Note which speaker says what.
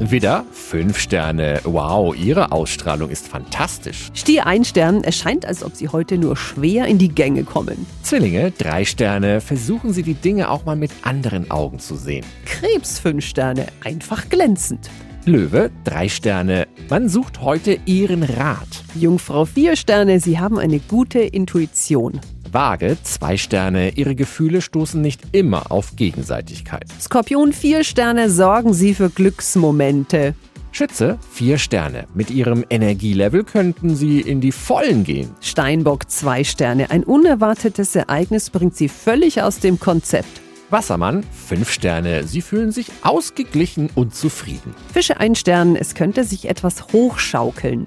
Speaker 1: Widder, fünf Sterne. Wow, Ihre Ausstrahlung ist fantastisch.
Speaker 2: Stier ein Stern, es scheint, als ob Sie heute nur schwer in die Gänge kommen.
Speaker 1: Zwillinge, drei Sterne. Versuchen Sie die Dinge auch mal mit anderen Augen zu sehen.
Speaker 2: Krebs fünf Sterne, einfach glänzend.
Speaker 1: Löwe, drei Sterne. Man sucht heute Ihren Rat.
Speaker 2: Jungfrau vier Sterne, Sie haben eine gute Intuition.
Speaker 1: Waage, zwei Sterne. Ihre Gefühle stoßen nicht immer auf Gegenseitigkeit.
Speaker 2: Skorpion vier Sterne, sorgen Sie für Glücksmomente.
Speaker 1: Schütze, vier Sterne. Mit Ihrem Energielevel könnten Sie in die Vollen gehen.
Speaker 2: Steinbock zwei Sterne, ein unerwartetes Ereignis bringt Sie völlig aus dem Konzept.
Speaker 1: Wassermann, fünf Sterne. Sie fühlen sich ausgeglichen und zufrieden.
Speaker 2: Fische ein Stern, es könnte sich etwas hochschaukeln.